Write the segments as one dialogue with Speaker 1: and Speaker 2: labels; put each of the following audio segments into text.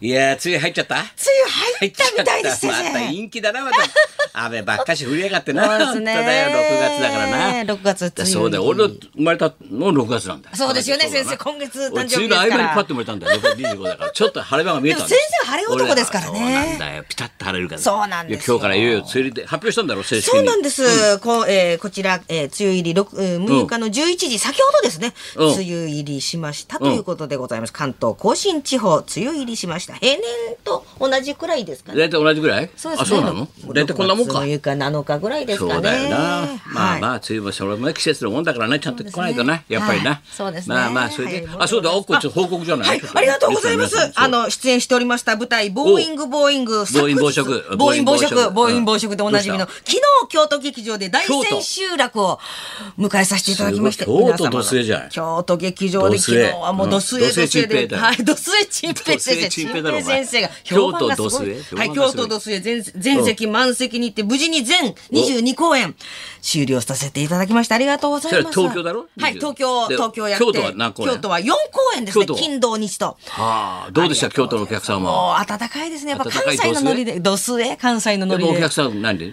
Speaker 1: いやー、つい入っちゃった
Speaker 2: つゆ入ったみたいです、先
Speaker 1: また
Speaker 2: 生。
Speaker 1: 陰気だな、ま た。雨ばっかし降りやがってな。
Speaker 2: そうですね
Speaker 1: 本当だよ、6月だからな。
Speaker 2: 6月梅雨
Speaker 1: そうだよ、俺の生まれたの6月なんだよ。
Speaker 2: そうですよね
Speaker 1: そうだな
Speaker 2: 先生今月誕生日
Speaker 1: 俺梅
Speaker 2: ですから
Speaker 1: 雨の合間にパッと生まれたんだよ、25だから。ちょっと晴れ間が見えたんだよ
Speaker 2: でも先生は晴れ男ですからね
Speaker 1: 俺らそうなんだよ、ピタッと晴れるから。
Speaker 2: そうなんですよ
Speaker 1: 今日からいよいよ梅雨入りで発表したんだろ、正式に。
Speaker 2: そうなんです。こう、えーこちら、えー梅雨入り6、えー6日の11時、先ほどですね、
Speaker 1: うん
Speaker 2: 梅雨入りしましたということでございます。関東甲信地方、梅雨入りしました。平年と同じくらいですかね。
Speaker 1: 大体同じぐらい
Speaker 2: そうですね。
Speaker 1: あ、そうなの
Speaker 2: 六
Speaker 1: 大体こんなもん
Speaker 2: 六
Speaker 1: か
Speaker 2: 月。の床7日ぐらいですかね。
Speaker 1: そうだよな。まあまあ、
Speaker 2: あ。
Speaker 1: 梅雨もそれも季節のもんだからね、ちゃんと来ないと
Speaker 2: そう
Speaker 1: な、
Speaker 2: ですね
Speaker 1: やっぱり
Speaker 2: はい
Speaker 1: な。
Speaker 2: そうですね
Speaker 1: まあまあ、それ
Speaker 2: はい
Speaker 1: で、あ、そうだ、おっこいちょっと報告じゃない。
Speaker 2: はい、ありがとうございます
Speaker 1: リスナーの皆。さん
Speaker 2: あ、の、出演しておりました舞台、ボーイング、ボーイング、
Speaker 1: 暴飲暴食
Speaker 2: 昨日暴飲暴食、
Speaker 1: 暴
Speaker 2: 暴
Speaker 1: 飲
Speaker 2: 飲
Speaker 1: 暴
Speaker 2: 暴
Speaker 1: 食
Speaker 2: 食でおなじみの、
Speaker 1: ど
Speaker 2: 昨日、京都劇場で大
Speaker 1: 京都
Speaker 2: 千秋楽を迎えさせていただきまして、
Speaker 1: すごい
Speaker 2: 皆様
Speaker 1: 京
Speaker 2: の
Speaker 1: 都どすえじゃない
Speaker 2: 京都劇場で
Speaker 1: ど
Speaker 2: 昨
Speaker 1: すえ
Speaker 2: 日はもうドス
Speaker 1: う
Speaker 2: エ
Speaker 1: ん
Speaker 2: ドスエ
Speaker 1: どすえチンペイ
Speaker 2: で、
Speaker 1: だよ
Speaker 2: はい、ドスエチンペイ先
Speaker 1: どすえ
Speaker 2: 生、
Speaker 1: チ
Speaker 2: チ
Speaker 1: ンペ
Speaker 2: ンペ
Speaker 1: イ
Speaker 2: イ
Speaker 1: だろお前
Speaker 2: 先生が
Speaker 1: 京
Speaker 2: 評
Speaker 1: 都
Speaker 2: 判がす
Speaker 1: どす
Speaker 2: ご
Speaker 1: え
Speaker 2: い。はい、
Speaker 1: 評判が
Speaker 2: 京
Speaker 1: すごい
Speaker 2: 都ドスエ全全席満席に行って、無事に全22公演終了させていただきました。ありがとうございます。
Speaker 1: それ東京だろ
Speaker 2: はい、東京、
Speaker 1: で
Speaker 2: 東京やって。
Speaker 1: 京都は何公演
Speaker 2: 京都は4公演ですね
Speaker 1: 京都、は
Speaker 2: 金土日と。
Speaker 1: はあ、どうでした、京都のお客さんは。
Speaker 2: もう暖かいですね。やっぱ
Speaker 1: 暖か
Speaker 2: 関
Speaker 1: い
Speaker 2: 西のノリで、ドスエ関西の
Speaker 1: で
Speaker 2: ノリ
Speaker 1: もお
Speaker 2: で
Speaker 1: 客。さん、何で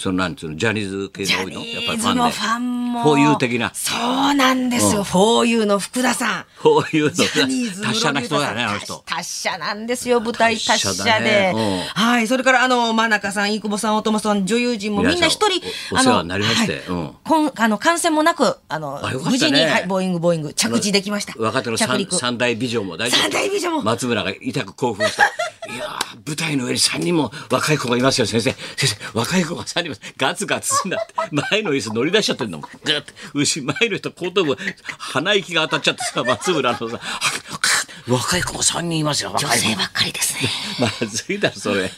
Speaker 1: その、なんつうの、ジャニーズ系
Speaker 2: ジ
Speaker 1: が
Speaker 2: ャ
Speaker 1: 多いの
Speaker 2: ニ
Speaker 1: やっぱ
Speaker 2: ー
Speaker 1: り
Speaker 2: ズもフ
Speaker 1: フ
Speaker 2: ァ
Speaker 1: ァン
Speaker 2: ン
Speaker 1: で。
Speaker 2: も。
Speaker 1: こういう的な。
Speaker 2: そうなんですよ。フォーユーの福 田さん。
Speaker 1: こういうの。
Speaker 2: ジャニーズ
Speaker 1: 達者な人だよね、あの人。
Speaker 2: 達者なんですよ、舞台達者
Speaker 1: 達者だねう
Speaker 2: で。
Speaker 1: ん
Speaker 2: はい、それから、あの、真中さん、飯窪さん、大友さん、女優陣もみんな一人
Speaker 1: 皆さんおお世話
Speaker 2: あの
Speaker 1: になりまして
Speaker 2: はい
Speaker 1: うん
Speaker 2: こんあの、感染もなく、あの
Speaker 1: あよ、かったね
Speaker 2: 無事に、はい、ボーイング、ボーイング、着地できました。
Speaker 1: 若手の
Speaker 2: 着
Speaker 1: 三
Speaker 2: 陸
Speaker 1: 三大美女も大丈夫。
Speaker 2: 三大美女 も
Speaker 1: 松村が痛く興奮した。いやー舞台の上に3人も若い子がいますよ先生先生若い子が3人もガツガツすんだって前の椅子乗り出しちゃってんのもんグッて後前の人後頭部鼻息が当たっちゃってさ松村のさ若い子が3人いますよ若
Speaker 2: 女
Speaker 1: い子
Speaker 2: 性ばっかりですね。
Speaker 1: まずいだろそれ
Speaker 2: 小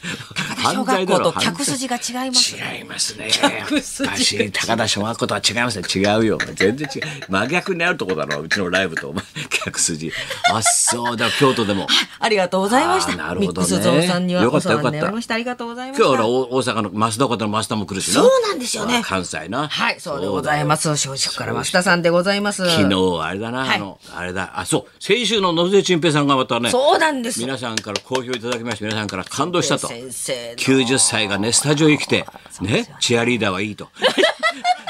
Speaker 1: 犯
Speaker 2: 学
Speaker 1: 罪だ
Speaker 2: 校
Speaker 1: ろ
Speaker 2: と客筋が違いますね。
Speaker 1: 違いますね。
Speaker 2: 客筋が
Speaker 1: やっぱし高田小学校とは違いますね。違うよ。全然違う。真逆になるとこだろう。うちのライブとお前客筋。あっそうだ。京都でも。
Speaker 2: ありがとうございました。
Speaker 1: あーなるほどね
Speaker 2: ミックスゾーンさんには
Speaker 1: よか
Speaker 2: お
Speaker 1: った
Speaker 2: 世話にな
Speaker 1: よかった
Speaker 2: りました。ありがとうございまし
Speaker 1: 今日
Speaker 2: た。
Speaker 1: はほらお大阪の増田方の増田も来るしな。
Speaker 2: そうなんですよね
Speaker 1: あ関西な。
Speaker 2: はい、そうでござい
Speaker 1: す。
Speaker 2: ます。松竹から増田さんでございます。
Speaker 1: 昨日あれだな、
Speaker 2: はい
Speaker 1: あのあれだあそう先週の野瀬陳平さんがまたね
Speaker 2: そうなんですよ。
Speaker 1: 皆さんから好評いただきまして皆さんから感動したと
Speaker 2: 先生の
Speaker 1: 90歳がねスタジオに来てねチアリーダーはいいと。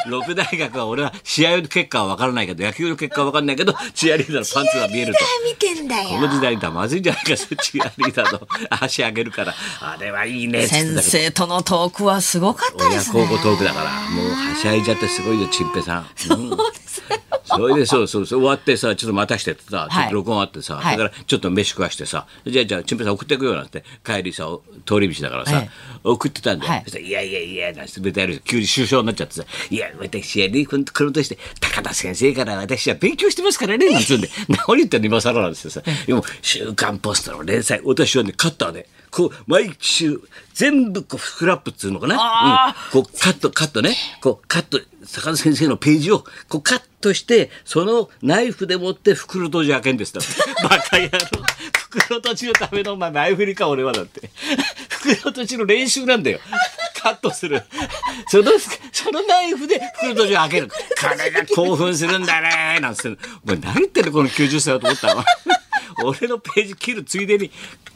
Speaker 1: 六大学は俺は試合の結果は分からないけど野球の結果は分からないけどチアリーダーのパンツが見えると。
Speaker 2: 見てんだよ
Speaker 1: この時代だまずいんじゃないかチアリーダーの足上げるからあれはいいねっつって
Speaker 2: 先
Speaker 1: たけど
Speaker 2: 生とのトークはすごかったで
Speaker 1: 親
Speaker 2: すね。
Speaker 1: 孝行トークだからもうはしゃいじゃってすごいよチンペさん。うんそれでそうそうそう終わってさちょっと待たしてってさ、ちょっと録音あってさ、
Speaker 2: はい
Speaker 1: だからちょっと飯食わしてさじゃあじゃあチンペさん送ってくよなんて帰りさ通り道だからさ、
Speaker 2: はい
Speaker 1: 送ってたんだよ、
Speaker 2: はい
Speaker 1: そしたら「いやいやいや」なんてベタやる急に首相になっちゃってさ「いや私やねこのこの年で高田先生から私は勉強してますからね」なんつ うんで「何言ってんの今更なんですよさでも「週刊ポスト」の連載私はねカッターでこう毎週全部こうスクラップっつうのかな
Speaker 2: あ
Speaker 1: うん、こうカットカットねこうカット坂田先生のページをこうカットしてそのナイフで持って袋閉じ開けんですだって バカ野郎袋閉じのためのお前前振りか俺はだって袋閉じの練習なんだよカットするそのそのナイフで袋閉じを開けるこれが興奮するんだねなんつってお前何言ってんのこの90歳だと思ったの 俺のページ切るついでに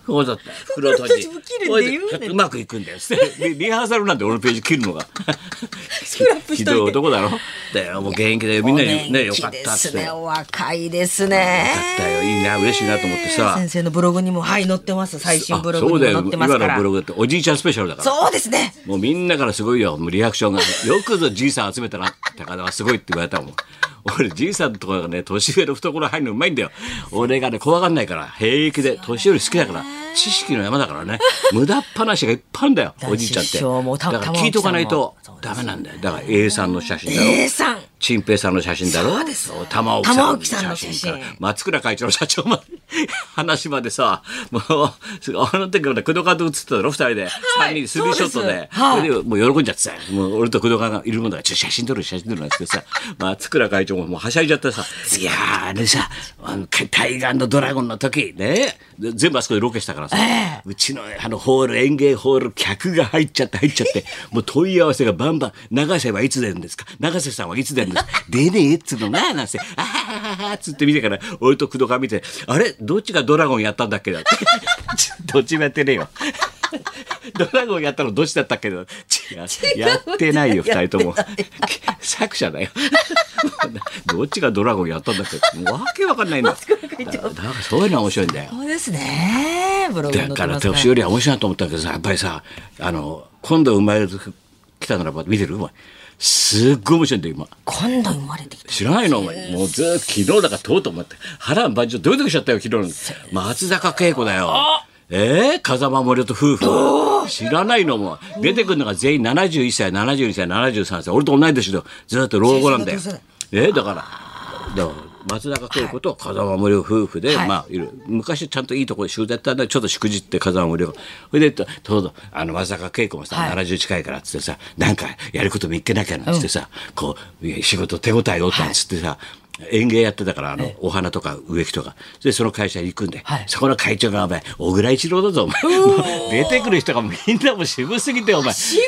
Speaker 1: こうだって袋閉 じ
Speaker 2: 袋閉じも切るんで言うね
Speaker 1: これでうまくいくんだよ リリハーサルなんで俺のページ切るのが
Speaker 2: スクラップし
Speaker 1: ひ
Speaker 2: と
Speaker 1: ど
Speaker 2: い
Speaker 1: い
Speaker 2: て
Speaker 1: 男だろだよもう現役だよみんなにね
Speaker 2: お
Speaker 1: よ
Speaker 2: 元
Speaker 1: かっ
Speaker 2: 気で
Speaker 1: たっつっ
Speaker 2: す
Speaker 1: て
Speaker 2: ね。
Speaker 1: よ
Speaker 2: お若いですね。
Speaker 1: かったよいいな嬉しいなと思ってさ
Speaker 2: 先生のブログにも、はい、載ってます。最新ブログ
Speaker 1: そう
Speaker 2: に
Speaker 1: だ
Speaker 2: も
Speaker 1: よ
Speaker 2: 載って
Speaker 1: 今
Speaker 2: ますから
Speaker 1: のブ。ログだっておじいちゃんスペシャルだから
Speaker 2: そうですね。
Speaker 1: もうみんなからすごいよもうリアクションがよくぞじいさん集めたな高田はすごいって言われたもん俺じいさんとかがね年上の懐入るのうまいんだよ俺がね怖がんないから平気で年寄り好きだから知識の山だからね無駄っ話がいっぱいあるんだよおじいちゃんって
Speaker 2: 師匠も
Speaker 1: だ
Speaker 2: た
Speaker 1: から聞いとかないと
Speaker 2: 玉置
Speaker 1: ダメなんだよだから A さんの写真だろ
Speaker 2: A さん。
Speaker 1: チンペイさんの写真だろ
Speaker 2: そうです
Speaker 1: 玉置さん
Speaker 2: 玉
Speaker 1: の
Speaker 2: 置さんの写
Speaker 1: 写真
Speaker 2: 真
Speaker 1: から松倉会長の社長まで 話までさもうすごいあの時から工藤監督写ってただろ二人で、三人スリーショット
Speaker 2: そう
Speaker 1: で
Speaker 2: ですはい
Speaker 1: それでもう喜んじゃってさもう俺と工藤監がいるもんだからちょっと写真撮る写真撮るなんて言ってさ松倉会長ももうはしゃいじゃってさ「いやーあれさあの対岸のドラゴンの時ねで全部あそこでロケしたからからさ、うちのあのホール園芸ホール客が入っちゃって入っちゃってもう問い合わせがバンバン永瀬はいつ出るんですか永瀬さんはいつ出るんですか出ねえっつうのななんてあははははっつって見てから俺と工藤が見てあれどっちがドラゴンやったんだっけだって ちどっちもやってねえよ。 ドラゴンやったのどっちだったっけどやってないよ2人とも 作者だよ どっちがドラゴンやったんだっけもうわけわかんないんだだからそういうのは面白いんだよ
Speaker 2: そうですね。ブログに
Speaker 1: だ
Speaker 2: 載って
Speaker 1: から
Speaker 2: ますね
Speaker 1: 年寄りは面白いなと思ったけどさやっぱりさあの今度生まれてきたならば見てるお前すっごい面白いんだよ今
Speaker 2: 今度生まれてきた。
Speaker 1: 知らないのお前もうずっと昨日だからとうとう思って波乱万丈どういう時しちゃったよ昨日の松坂慶子だよええ風間森夫と夫婦知らないのもう出てくるのが全員71歳72歳73歳俺と同い年だよずっと老後なんだよ
Speaker 2: そうそうそう
Speaker 1: ええだからだから松坂慶子と風間森夫夫婦で、
Speaker 2: はい
Speaker 1: まあいる昔ちゃんといいとこで仕事やったんだけどちょっとしくじって風間森夫それでとちょうどあの松坂慶子もさ、
Speaker 2: はい
Speaker 1: 70近いからっつってさなんかやること見っけなきゃなんつってさ、こういや仕事手応えをなんつってさ、園芸やってたからあのお花とか植木とかでその会社に行くんで、
Speaker 2: はい
Speaker 1: そこの会長がお前小倉一郎だぞお前 もう出てくる人がみんなもう渋すぎてお前
Speaker 2: 渋い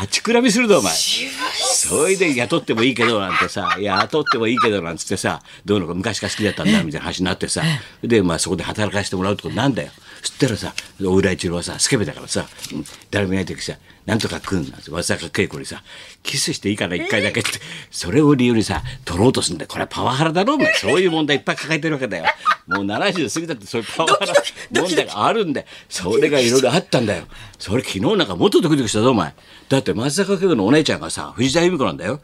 Speaker 1: 立ちくらみするぞお前
Speaker 2: 渋い
Speaker 1: それで雇ってもいいけどなんてさ、いや雇ってもいいけどなんつってさ、どうのか昔から好きだったんだみたいな話になってさ、で、まあそこで働かせてもらうってことなんだよ。そしたらさ、小浦一郎はさ、スケベだからさ、うん誰もいない時さ、なんとか来んなんて、わざか稽古にさ、キスしていいかな、一回だけって、それを理由にさ、取ろうとするんだよ。これはパワハラだろ、お前。そういう問題いっぱい抱えてるわけだよ。もう70過ぎたってそういうパワハラ 問題があるんだよ。それがいろいろあったんだよ。それ昨日なんかもっとドキドキしたぞ、お前。だって松坂慶子のお姉ちゃんがさ、藤田由美子なんだよ。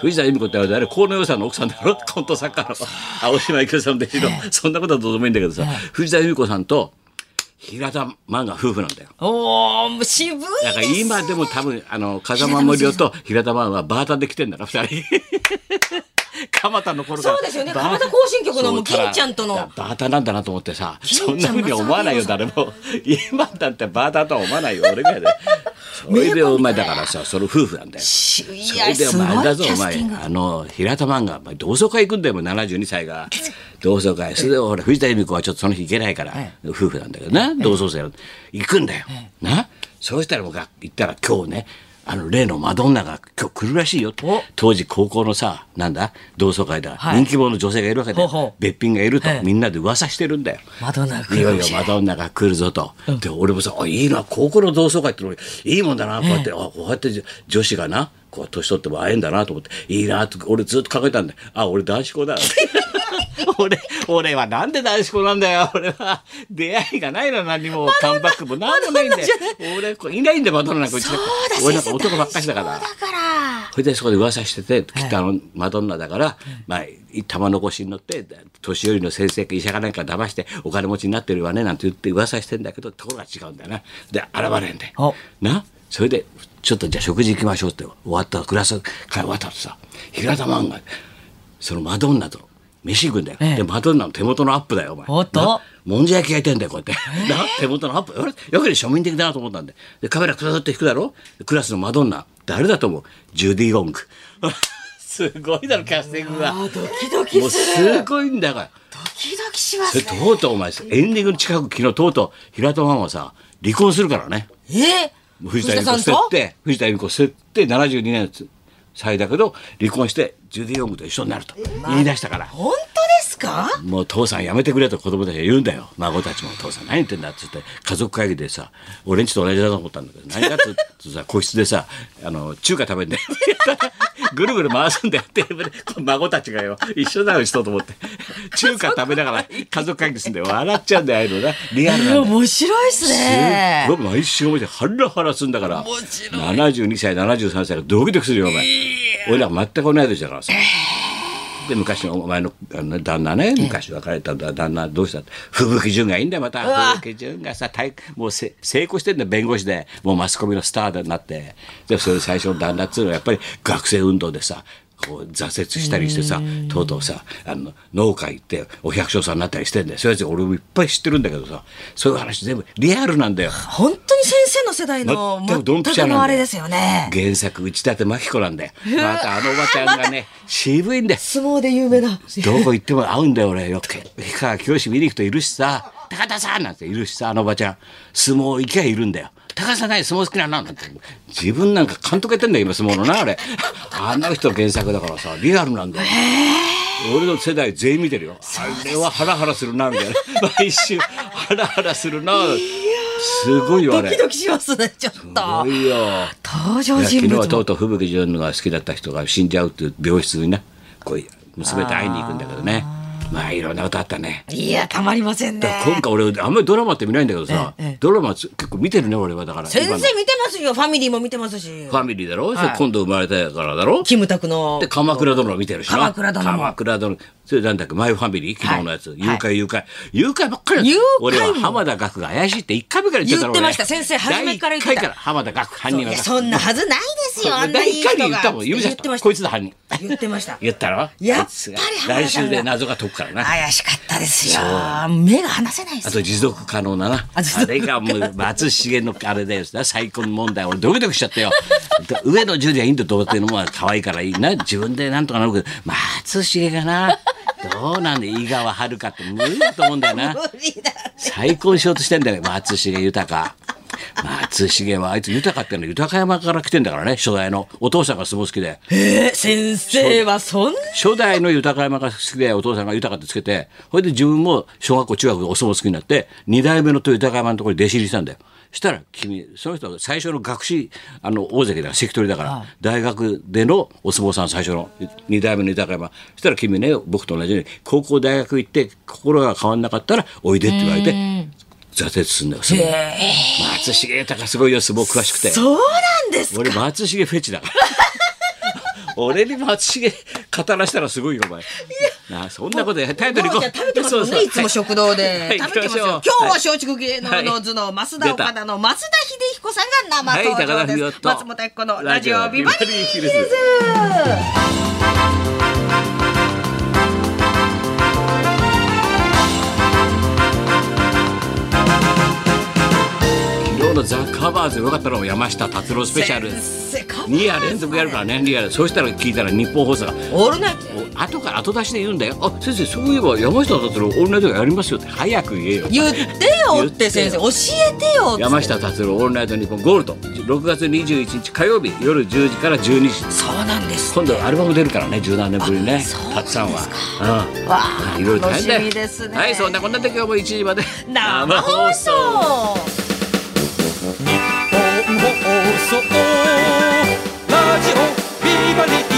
Speaker 1: 藤田由美子ってあれ誰河野洋さんの奥さんだろコント作家の。青島郁夫さんの弟子の。そんなことはどうでもいいんだけどさ、藤田由美子さんと平田漫画夫婦なんだよ。
Speaker 2: おー、渋いです。
Speaker 1: だから今でも多分あの風間森夫と平田マンはバーターで来てんだな 二人。蒲田の頃から
Speaker 2: そうですよね
Speaker 1: バー
Speaker 2: 蒲田行進曲のもう
Speaker 1: そう
Speaker 2: 銀ちゃんとの
Speaker 1: だバーターなんだなと思ってさそん
Speaker 2: 銀ち
Speaker 1: な
Speaker 2: ゃん
Speaker 1: ふうには思わないよ
Speaker 2: 正
Speaker 1: 誰も今だってバーターとは思わないよ俺ぐらいで それでお前だからさその夫婦なんだよ
Speaker 2: しい
Speaker 1: そ
Speaker 2: や、
Speaker 1: れですお
Speaker 2: ごい
Speaker 1: 前あれだぞ
Speaker 2: キャ
Speaker 1: お
Speaker 2: ステ
Speaker 1: 前
Speaker 2: ィング。
Speaker 1: あの平田漫画お前同窓会行くんだよもう72歳が同窓会それで俺藤田由美子はちょっとその日行けないから、
Speaker 2: え
Speaker 1: 夫婦なんだけどな同窓生の行くんだよ、なそうしたらもうが行ったら今日ねあの例のマドンナが今日来るらしいよ
Speaker 2: お
Speaker 1: 当時高校のさなんだ同窓会だ、
Speaker 2: はい
Speaker 1: 人気者の女性がいるわけだよ
Speaker 2: ほうほう
Speaker 1: べっぴんがいると、
Speaker 2: ええ
Speaker 1: みんなで噂してるんだよ
Speaker 2: マドンナが来
Speaker 1: い
Speaker 2: るか
Speaker 1: よい
Speaker 2: も
Speaker 1: よ
Speaker 2: しれな
Speaker 1: マ
Speaker 2: い
Speaker 1: ドンナが来るぞと、で俺もさあいいな高校の同窓会ってのいいもんだなこうやって、あこうやってじ女子がなこう年取っても会えんだなと思っていいなと俺ずっと考えたんだあ俺男子校だ 俺俺はなんで男子校なんだよ俺は出会いがないの何もカムバックも何もないんだよ俺こういないんだよマドンナなんかうちなんか
Speaker 2: そうだ
Speaker 1: 俺なん
Speaker 2: 先
Speaker 1: か
Speaker 2: 生
Speaker 1: 男ばっかりだから。
Speaker 2: だから。
Speaker 1: それでそこで噂してて来たのマドンナだから、まあ玉の腰に乗って年寄りの先生か医者かなんか騙してお金持ちになってるわねなんて言って噂してんだけどところが違うんだよなで現れんで
Speaker 2: お
Speaker 1: なそれでちょっとじゃあ食事行きましょうって終わったクラス会終わったとさ平田漫画そのマドンナと飯食うんだよ、
Speaker 2: ええ
Speaker 1: でマドンナの手元のアップだよお前
Speaker 2: おっと
Speaker 1: なもんじゃ焼き焼いてんだよこうやって、 な手元のアップあれやけに庶民的だなと思ったんででカメラくださって引くだろクラスのマドンナ誰だと思うジュディ・ゴング すごいだろキャスティングがも
Speaker 2: ドキドキ
Speaker 1: う
Speaker 2: する。
Speaker 1: すごいんだから
Speaker 2: ドキドキしま
Speaker 1: そ
Speaker 2: す
Speaker 1: れ
Speaker 2: ね。
Speaker 1: とうとうお前エンディングの近く昨日とうとう平田マンはさ離婚するからね
Speaker 2: え
Speaker 1: 藤田由美子捨てって藤田由美子捨てて72年歳だけど離婚してジュディ・ヨングと一緒になると言い出したから。
Speaker 2: 本当ですか
Speaker 1: もう父さんやめてくれと子供たちが言うんだよ孫たちも父さん何言ってんだっつって家族会議でさ俺んちと同じだと思ったんだけど何かっつうとさ個室でさあの中華食べんだよ ぐるぐる回すんだよテーブルこう孫たちがよ一緒だようちとと思って中華食べながら家族会議すんだよ笑っちゃうんだよああいうのなリアルなんだよ
Speaker 2: 面白いですね
Speaker 1: すっ。ごい毎週面白いハラハラするんだから
Speaker 2: 面白
Speaker 1: 72歳73歳がドキドキするよお前俺ら全く同い年だからさで昔のお前のあの旦那ね昔別れた旦那どうしたって吹雪純がいいんだよまた
Speaker 2: わ
Speaker 1: 吹雪純がさ大もうせ成功してんだよ弁護士でもうマスコミのスターになってでそれで最初の旦那っつうのはやっぱり学生運動でさこう挫折したりしてさとうとうさあの農家行ってお百姓さんになったりしてんだよそういうやつ俺もいっぱい知ってるんだけどさそういう話全部リアルなんだよ
Speaker 2: 本当に先生の世代の
Speaker 1: 全
Speaker 2: 全
Speaker 1: くドンピシャな
Speaker 2: く
Speaker 1: んだよ
Speaker 2: のあれですよね。
Speaker 1: 原作内立真紀子なんだよまたあのおばちゃんがね渋いんだよ
Speaker 2: 相撲で有名な。
Speaker 1: どこ行っても会うんだよ俺よく氷川きよし見に行くといるしさ高田さんなんているしさあのおばちゃん相撲行きゃいるんだよ高田さん何相撲好きなのなんて自分なんか監督やってんだよ今相撲のなあれあの人原作だからさリアルなんだよ俺の世代全員見てるよあれはハラハラするなみたいな 毎週ハラハラするなすごいよあ
Speaker 2: ド
Speaker 1: れ
Speaker 2: キドキしますね、ちょっと
Speaker 1: すご。いよ
Speaker 2: 登
Speaker 1: い
Speaker 2: 場
Speaker 1: や昨
Speaker 2: 人
Speaker 1: 日
Speaker 2: 物
Speaker 1: はと
Speaker 2: も
Speaker 1: う。とう吹雪純が好きだった人が死んじゃうっていう病室にねこう娘と会いに行くんだけどねまあいろんなことあったね
Speaker 2: いや、たまりません
Speaker 1: だ
Speaker 2: ね
Speaker 1: から。今回俺あんまりドラマって見ないんだけどさ、
Speaker 2: ええ
Speaker 1: ドラマつ結構見てるね俺はだから
Speaker 2: 先生
Speaker 1: 今
Speaker 2: 見
Speaker 1: の
Speaker 2: てますよ。ファミリーも見てますし
Speaker 1: フ。ァミリーだろ、それ今度生まれたからだろ
Speaker 2: キムタクの
Speaker 1: で。鎌倉殿見てるしな
Speaker 2: 鎌倉殿も
Speaker 1: 鎌倉殿それなんだっけマイファミリー昨日のやつ、
Speaker 2: はい
Speaker 1: 誘拐誘拐誘拐ばっかりだ
Speaker 2: 誘拐も
Speaker 1: 俺は浜田岳が怪しいって一回目から言っちゃったの俺
Speaker 2: 言ってました先生初めから言って
Speaker 1: 第一
Speaker 2: た
Speaker 1: 回から浜田岳犯人
Speaker 2: い
Speaker 1: は
Speaker 2: や、そんなはずないですよ。あんない
Speaker 1: 第
Speaker 2: い
Speaker 1: 一
Speaker 2: 人
Speaker 1: 回に
Speaker 2: が。
Speaker 1: 言ったもん
Speaker 2: 言
Speaker 1: 指さ
Speaker 2: っ
Speaker 1: してた
Speaker 2: ま
Speaker 1: の
Speaker 2: した。
Speaker 1: こいつだ犯人
Speaker 2: 言ってました。
Speaker 1: 言ったろ
Speaker 2: やっぱり
Speaker 1: あいつが
Speaker 2: 浜田
Speaker 1: 来
Speaker 2: さん
Speaker 1: 週
Speaker 2: が
Speaker 1: で謎が解くからな
Speaker 2: 怪しかったですよ。目が離せないです
Speaker 1: あ
Speaker 2: よ。
Speaker 1: と持続可能なな。
Speaker 2: あ持続
Speaker 1: あれがもう松重のあれだよな。再婚問題。俺ドキドキしちゃったよ。 上野樹里はインド童貞のものは可愛いからいいな。自分でなんとかなるけど、松重がな。どうなんで井川遥って無理だと思うんだよな。
Speaker 2: 無理だ。
Speaker 1: 再婚しようとしてんだよ、松重豊。松重はあいつ豊ってのは豊山から来てんだからね、初代の。お父さんが相撲好きで。
Speaker 2: えー、先生はそんな。
Speaker 1: 初代の豊山が好きでお父さんが豊ってつけてそれで自分も小学校中学でお相撲好きになって二代目の豊山のところに弟子入りしたんだよしたら君その人は最初の学士あの大関だから関取だから、大学でのお相撲さん最初の二代目の豊山そしたら君ね僕と同じように高校大学行って心が変わんなかったらおいでって言われて挫折すんだよ相撲
Speaker 2: え
Speaker 1: 松重豊すごいよ相撲詳しくて
Speaker 2: ー、そうなんです。
Speaker 1: 俺松重フェチだから 俺に松重語らしたらすごいよお前なあそんなことやタイトル
Speaker 2: もうじゃあ食べてますもんね、いつも食堂で。食べてますよ。今日は松竹芸能の頭脳、増田岡田の増田秀彦さんが生登場
Speaker 1: はい高田
Speaker 2: です
Speaker 1: 文。夫と
Speaker 2: 松本明子のラジオビバリーヒルズ。
Speaker 1: 昨日のザ・カバーズよかったの山下達郎スペシャル
Speaker 2: 先生か
Speaker 1: 2夜連続やるからねリアルそうしたら聞いたら日本放送が
Speaker 2: オールナイト。
Speaker 1: お後から後出しで言うんだよあ先生そういえば山下達郎オンライトやりますよって早く言えよ
Speaker 2: 言ってよって先生、教えてよって。
Speaker 1: 山下達郎オンライト日本ゴールド6月21日火曜日夜10時から12時
Speaker 2: そうなんです。
Speaker 1: 今度アルバム出るからね17年ぶりにね
Speaker 2: そう
Speaker 1: たくさん
Speaker 2: です
Speaker 1: は。うん
Speaker 2: わ
Speaker 1: いろいろ
Speaker 2: あ、楽
Speaker 1: 大変
Speaker 2: し
Speaker 1: だよ
Speaker 2: みですね。
Speaker 1: はいそんなこんなで今日も1時まで
Speaker 2: 生放
Speaker 3: 日
Speaker 2: 送。
Speaker 3: 本放送ラジオビバリー